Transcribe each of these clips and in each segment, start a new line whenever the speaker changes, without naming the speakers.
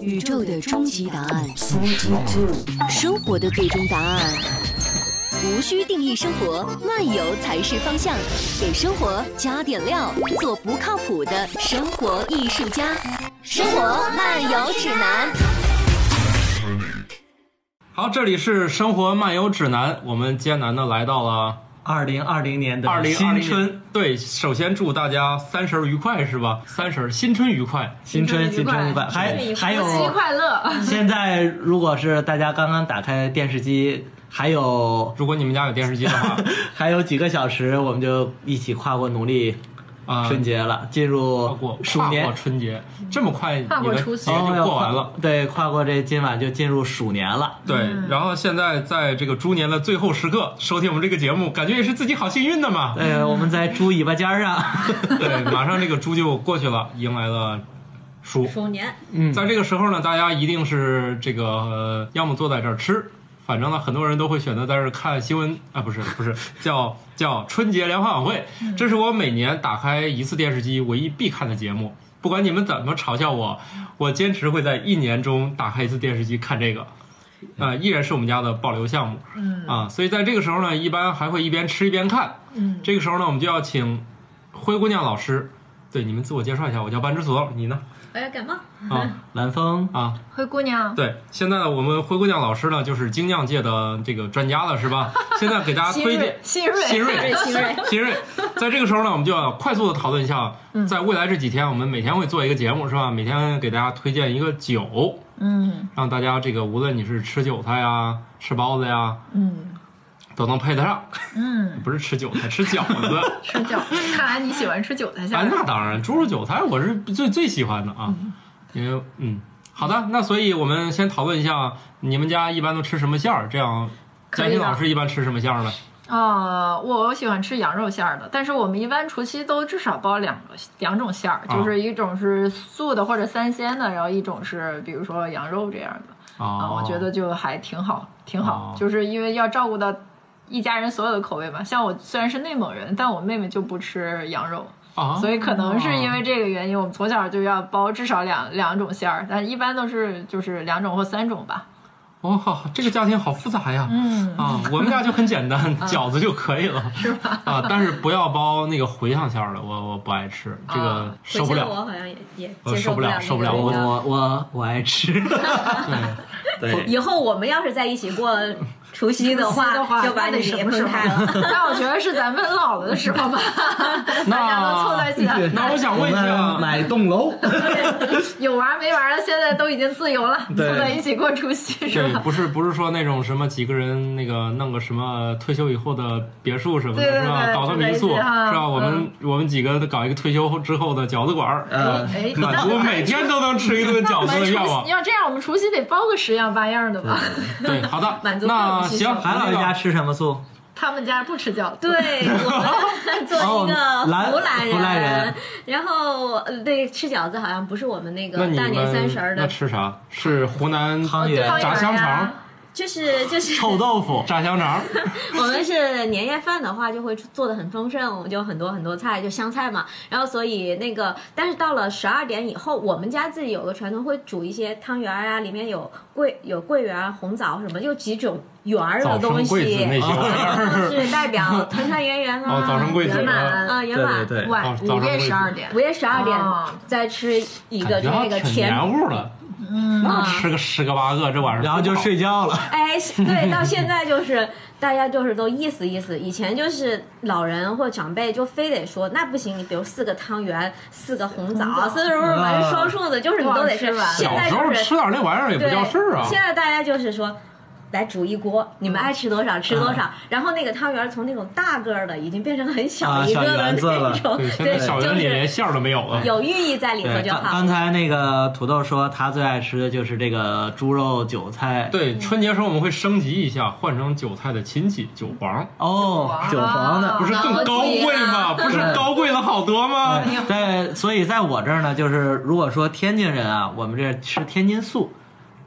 宇宙的终极答案，生活的最终答案。无需定义生活，漫游才是方向。给生活加点料，做不靠谱的生活艺术家。生活漫游指南。
好，这里是《生活漫游指南》，我们艰难的来到了
二零二零年
二
的
零
新春，。
对，首先祝大家三十儿愉快，是吧？三十儿新春愉快。
新春新春愉快，还还有
七夕快乐，
现在如果是大家刚刚打开电视机，还有
如果你们家有电视机的话，
还有几个小时，我们就一起跨过农历
啊、
春节了，进
跨
入
过
鼠
跨
年
过。春节，这么快你
跨过
的
除夕
节
哦，
就
要
过完
跨
了。
对，跨过这今晚就进入鼠年了。
对，
嗯
然后现在在这个猪年的最后时刻收听我们这个节目，感觉也是自己好幸运的 嘛。
对，哎我们在猪尾巴尖儿上。
对，马上这个猪就过去了，迎来了鼠。
鼠年，
嗯，
在这个时候呢，大家一定是这个，呃、要么坐在这儿吃，反正呢，很多人都会选择在这儿看新闻啊，不是不是，叫叫春节联欢晚会，
嗯
这是我每年打开一次电视机唯一必看的节目。不管你们怎么嘲笑我，我坚持会在一年中打开一次电视机看这个，啊、依然是我们家的保留项目。
嗯
啊，所以在这个时候呢，一般还会一边吃一边看。
嗯，
这个时候呢，我们就要请灰姑娘老师，对你们自我介绍一下，我叫班之所，你呢？
哎
我要感冒。
啊
蓝风，
啊，
灰姑娘，
对，现在呢，我们灰姑娘老师呢，就是精酿界的这个专家了，是 吧？现在给大家
新
推荐
锐，新锐，
新锐
瑞新瑞，
新锐，在这个时候呢，我们就要快速的讨论一下，
嗯
在未来这几天，我们每天会做一个节目，是吧？每天给大家推荐一个酒，
嗯
让大家这个无论你是吃韭菜呀、吃包子呀，
嗯
都能配得上。
嗯，
不是吃韭菜，吃饺子。
吃 韭，看来你喜欢吃韭菜馅
啊，
儿
那当然，猪肉韭菜我是最最喜欢的啊，因为嗯，好的，那所以我们先讨论一下，你们家一般都吃什么馅儿？这样，
可
嘉
以的
欣老师一般吃什么馅儿呢？
啊、我喜欢吃羊肉馅儿的，但是我们一般除夕都至少包两个两种馅儿，
啊
就是一种是素的或者三鲜的，然后一种是比如说羊肉这样的啊、
哦，
我觉得就还挺好，挺好，
哦
就是因为要照顾到一家人所有的口味吧。像我虽然是内蒙人，但我妹妹就不吃羊肉，
啊，
所以可能是
哦
因为这个原因，我们从小就要包至少两两种馅儿，但一般都是就是两种或三种吧。
哦，好，这个家庭好复杂呀。
嗯，
啊，我们家就很简单，饺子就可以了，是吧？啊，但是不要包那个茴香馅儿的，我我不爱吃，这个
啊
受不
我
了。
好像也也
我
接
受
受
不了
了，
受不了我
我我我我 爱吃。对，
以后我们要是在一起过除夕的话，
的话
就把
那
你
得什
给
么时
分
候
开了。
那我觉得是咱们老了的时候吧，大家都凑在一起了，
那我想问一
们
下，
买栋楼。
哎
有玩没玩的，现在都已经自由了，凑
对
在一起过除 夕是
对，
吧？
不是不是说那种什么几个人那个弄个什么退休以后的别墅什么的，
对对
是吧？
对
搞个
住在
民
一
宿
起
是
哈嗯
吧？我们、我们几个搞一个退休后之后的饺子馆儿，
呃，
哎，
满
那
足
我们
每天都能吃一顿
那我
饺子
们
的
除
愿望
夕。要这样，我们除夕得包个十样八样的吧？
对，好的，
满足各
那
种需
行，
求
韩
那
老师
个
家吃什么素？
他们家不吃饺子，
对我们做一
哦兰
个湖南
湖南人
然后呃对吃饺子好像不是我们那个
那你
大
们
年三十儿
那
的，
吃啥？是湖南
汤圆
汤圆
炸
呀
香肠、
就是就是
臭豆腐。
炸香 肠。
我们是年夜饭的话，就会做的很丰盛，我们就很多很多菜，就香菜嘛。然后所以那个，但是到了十二点以后，我们家自己有个传统，会煮一些汤圆儿啊，里面有桂有桂圆啊、红枣什么，就几种圆儿
早
的东
生
西，
贵子那些玩意儿。
是代表 团团圆圆啊，
哦早生贵子
圆满
啊
啊，圆
对对
满。
对，
晚
早
午
上
夜
会
十二点
午。夜十二点
哦
再吃一个
感觉
这
还
个
挺
甜嗯
黏糊的，那吃个十个八个，这晚上
然后就
睡
睡觉 了。
哎，是对，到现在就是大家就是都意思意思，以前就是老人或长辈就非得说那不行，你比如四个汤圆、四个红枣，四个什么反正双数的，就是你都得吃
不好吃
现
不好。
在
啊小时候
就是
吃点那玩意儿也不
对
叫事儿啊。
现在大家就是说。来煮一锅，你们爱吃多少吃多
嗯
少。 然后那个汤圆从那种大个儿的，已经变成很小
啊
一
小
个的
圆子
那
了
种，
对，现在小
就
园里连
是
馅儿都没有 了。
有寓意在里头
对，
就
刚
好
刚。才那个土豆说他最爱吃的就是这个猪肉韭菜。
对，春节时候我们会升级一下，换成韭菜的亲戚韭黄，
哦，韭黄的
啊
不是更高贵吗？不是高贵了好多吗？
哎在所以在我这儿呢，就是如果说天津人啊，我们这吃天津素，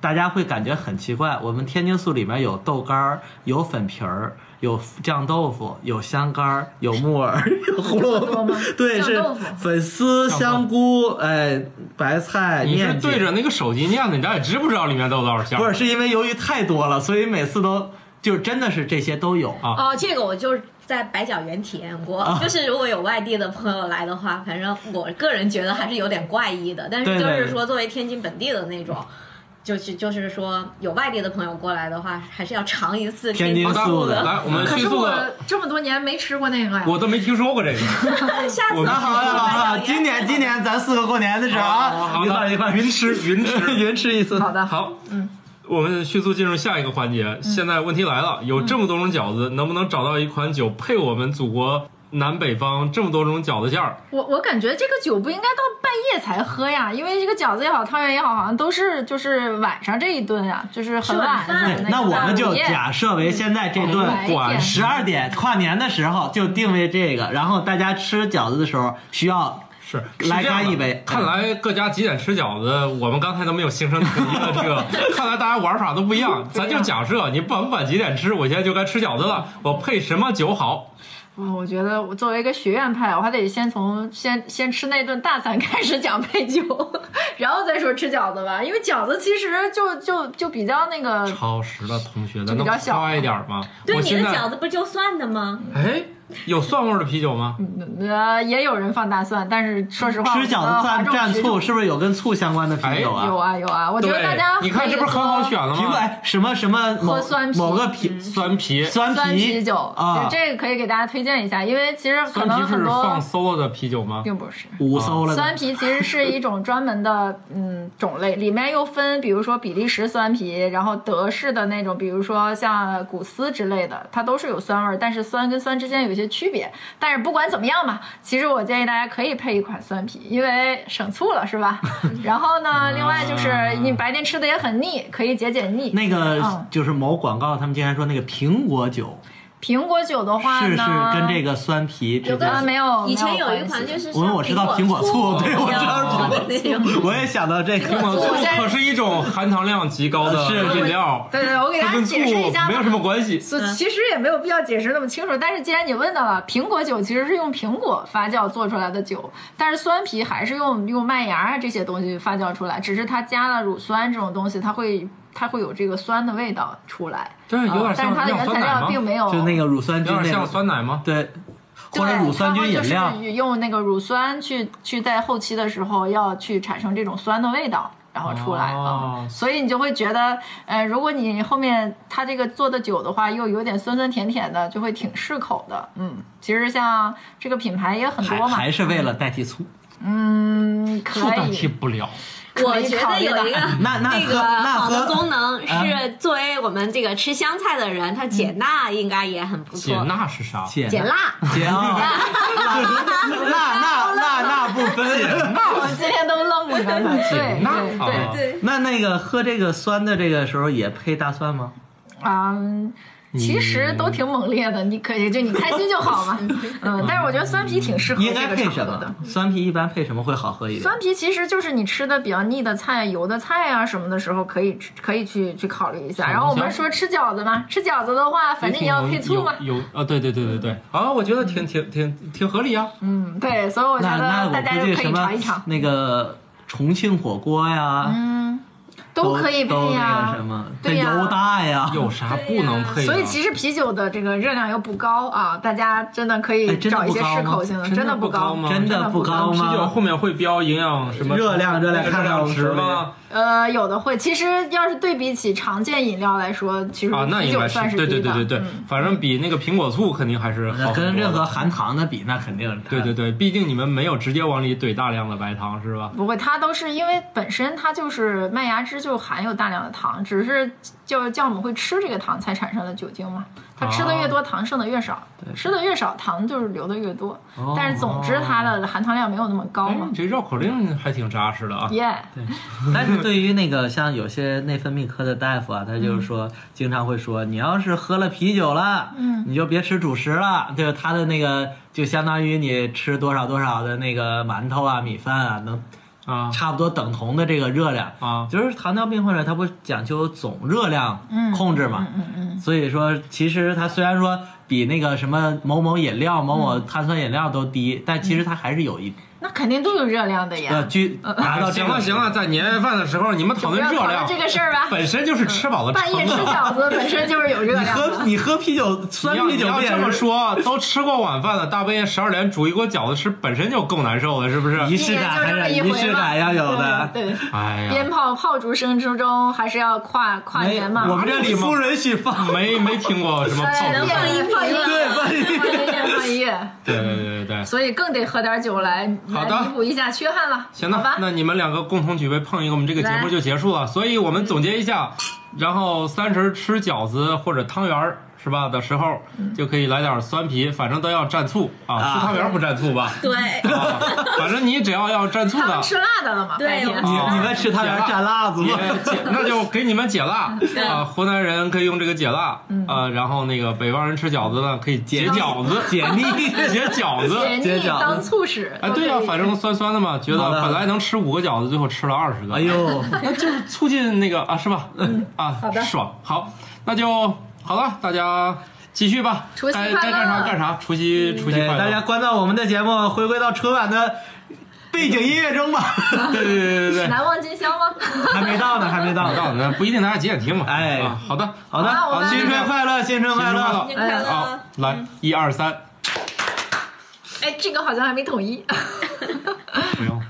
大家会感觉很奇怪。我们天津素里面有豆干儿，有粉皮儿，有酱豆腐，有香干儿，有 木耳，有胡萝卜
多吗，
对，
酱
是
豆腐
粉丝、
酱
香菇，哎，白菜、
你是
面
对
筋。
着那个手机念的，你到底知不知道里面都有多少馅儿？
不是，是因为由于太多了，所以每次都就真的是这些都有。
啊
哦，这个我就是在白角园体验过，
啊
就是如果有外地的朋友来的话，反正我个人觉得还是有点怪异的。但
对
是就
对
是说，作为天津本地的那种，就是就是说有外地的朋友过来的话，还是要尝一次
天津
津
素
素
的
来，我们
可
迅
是
速
我
的，
这么多年没吃过那个呀。
我都没听说过这个。
哎下
我
次
们
那好呀，好呀，
白角园
今年今年咱四个过年的时候啊，一块儿一块儿
云吃云吃
云吃一次。
好的，
好，嗯，我们迅速进入下一个环节。现在问题来了，有这么多种饺子，能不能找到一款酒配我们祖国南北方这么多种饺子馅儿？
我我感觉这个酒不应该到半夜才喝呀，因为这个饺子也好，汤圆也好，好像都是就是晚上这一顿呀，就是很晚的
是晚
对，
时候个
饭
哎那我们就
午夜嗯
假设为现在这
我
顿
们
白
不管
天
是
十二点跨年的时候就定位这个，然后大家吃饺子的时候需要
是
来
是这样的
干一杯
看来各家几点吃饺子，我们刚才都没有形成统一的这 个，看来大家玩法都不一样。咱就假设你甭管几点吃，我现在就该吃饺子了，我配什么酒好？
嗯，我觉得我作为一个学院派，我还得先从先先吃那顿大餐 开始讲配酒，然后再说吃饺子吧。因为饺子其实就就就比较那个，
超时了，同学，咱
嗯就比
能
较小
快一点吗？
对
我
你
现
的
在
饺子不是就蒜的吗？
哎，有蒜味儿的啤酒吗？
呃，也有人放大蒜，但是说实话，
吃饺子蘸蘸醋，
是
是不是有跟醋相关的
哎
啤酒
有
啊？
啊有啊。我觉
对，
得大家
你看
可以
这不是很好选了
啤酒
吗？
哎，什么什么某
喝酸啤
某个啤
酸啤，
酸
喝酸啤酒
啊
就，这个可以给大家推荐一下，因为其实可
酸
能
啤
很
是放
多
馊了的啤酒吗？
并不是。
啊
五馊了
酸
的。
啤其实是一种专门的嗯种类，里面又分，比如说比利时酸啤，然后德式的那种，比如说像古斯之类的，它都是有酸味儿，但是酸跟酸之间有一些区别。但是不管怎么样吧，其实我建议大家可以配一款酸啤，因为省醋了，是吧？然后呢，另外就是你白天吃的也很腻，可以解解腻。
啊那个
嗯
就是某广告，他们竟然说那个苹果酒
苹果酒的话
是
呢，
是跟这个酸啤之
有
间
个
啊没有，
以前
没
有一
关
款
系
就是
哦我
像
我知道苹
苹
果醋对我
知道苹
果
果
醋那种。
我也想到这
苹
个，
果醋
我现在
可是一种含糖量极高的
是
饮料，
对对，我给
它
大家
跟醋
解释一下吧。
没有什么关系。
嗯
所以其实也没有必要解释那么清楚，但是既然你问到了，苹果酒其实是用苹果发酵做出来的酒，但是酸啤还是用用麦芽啊这些东西发酵出来，只是它加了乳酸这种东西，它会它会有这个酸的味道出来。
对有点
啊
像
但是它的
像
原材
酸奶
料
吗
并没有
就那个乳酸
有
菌
点
那
像
个，
酸奶吗？
对，
对
或者乳酸
它
菌
会就
饮
是
料。
用那个乳酸去去在后期的时候要去产生这种酸的味道。然后出来啊、
哦
嗯所以你就会觉得，呃，如果你后面它这个做的酒的话，又有点酸酸甜甜的，就会挺适口的。嗯，其实像这个品牌也很
还
多嘛
还，是为了代替醋，
嗯，
醋
可
代替
以。
不了，
我觉得 有一个
那那喝
嗯个
那
好的
喝啊
功能是作为我们这个吃香菜的人，它解
嗯
辣应该也很不错。
解钠是啥？
解
解辣，
解啊，那那那那不分。
我们今天都愣着呢，对
钠
对对
啊，
那那个喝这个酸的这个时候也配大蒜吗？
啊、嗯其实都挺猛烈的，你可以就你开心就好 嘛。嗯，但是我觉得酸啤挺适合
应
这
该
个
配
场
什
合的
么。？酸啤一般配什么会好喝一点？
酸啤其实就是你吃的比较腻的菜、油的菜啊什么的时候，可以吃可以去去考虑一下。
啊
小
然后我
龙虾
们说吃饺子嘛，吃饺子的话，反正你要配醋嘛。
有有啊，对对对对对啊，我觉得挺挺挺挺合理啊。
嗯，对，所以我觉
那那
得
我
大家
估
就
计
可
什
以
么
尝一尝，
那个重庆火锅呀，
嗯，都可以
都
配
那
呀
个什么，啊
对呀
油大呀，
有啥不能配的？啊
所以其实啤酒的这个热量又不高啊，大家真的可
哎
以
真的
找一
不
些
高
适
吗
口性的，
真的
的
不
不
高
高
吗
真
真
的
的不
高
高
啤酒
吗？
后面会标营养什么啊
热量热量
热
看看
量
我们
值
手里
吗？
呃，有的会。其实要是对比起常见饮料来说，其实
啊，那
啤
应
酒
该
算是
对
低
对
的
对对对
嗯，
反正比那个苹果醋肯定还是好
那
很
跟
多
任
的
何含糖的比，那肯定是
对对对，毕竟你们没有直接往里怼大量的白糖，是吧？
不会，它都是因为本身它就是麦芽汁就含有大量的糖，只是就是酵母会吃这个糖才产生的酒精嘛。它吃的越多，糖剩的越少；吃的越少，糖就是流的越多。
哦
但是总之它的含糖量没有那么高
哎
嘛，
你。这绕口令还挺扎实的啊！
耶、
但是对于那个像有些内分泌科的大夫啊，他就是
嗯
说，经常会说，你要是喝了啤酒了，嗯，你就别吃主食了，就是他的那个，就相当于你吃多少多少的那个馒头啊、米饭啊，能
啊
差不多等同的这个热量。
啊
就是糖尿病患者他不讲究总热量控制嘛，
嗯嗯
所以说其实它虽然说比那个什么某某饮料、某某碳酸饮料都低，但其实它还是有一
嗯，那肯定都有热量的
呃
呀。
居达
啊
到这
行
个
了行了，在年夜饭的时候，你们讨
不
论
要
热
讨论
量，
这个事儿 吧。
本身就是吃饱了
半夜
撑
吃
的。
饺子本身就是有热
你
量
喝
的。
你喝啤酒
你
酸
要
啤
你
酒
要
不也
这么
是
说，都吃过晚饭了，大半夜十二点煮一锅饺子吃，本身就够难受了，是不是？
仪式感还是
一年就这么一回
仪
嘛
式感要有的。
对，对
哎呀，
鞭炮炮竹声之中，还是要跨跨
没
年嘛。
我们这里不允许放。
没没听过什么泡 芙
哎
能放一放一
对
对放一
放一
放音乐放音乐，
对对对对对。
所以更得喝点酒来
好
来
的
弥补一下缺憾了。
行
好
了
吧，，
那你们两个共同举杯碰一个，我们这个节目
来
就结束了。所以我们总结一下，然后三十吃饺子或者汤圆儿是吧的时候，就可以来点酸皮，反正都要蘸醋啊。
啊
吃汤圆儿不蘸醋吧？
对，
啊，反正你只要要蘸醋
他
的
们，吃辣的了嘛？
对
白天
你
啊
你们吃汤圆蘸辣子
也
吗？
解 那就给你们解辣啊。湖南人可以用这个解辣
嗯
啊，然后那个北方人吃饺子呢，可以解饺子，
解腻。
解饺子。
解腻当促使。
哎，对呀、反正酸酸的嘛，觉
好
得
的
本来能吃五个饺子，最后吃了二十个。
哎呦，
那就是促进那个啊，是吧？嗯啊，
好的
爽，好，那就好了，大家继续吧，
除夕
该
快
该干啥
乐嗯
干啥，除夕除夕
对
快乐，
大家关到我们的节目，回归到春 晚的背景音乐中吧。
对对对对对，
难忘今宵吗？
还没到呢，还没到
到。了那不一定大家几点听嘛，
哎
啊，好的，
好的，
好我们
新春快乐，新春
新
快
春快
乐。
乐，
新年快乐
哦
好，来
嗯
一二三，
哎，这个好像还没统一。
不用。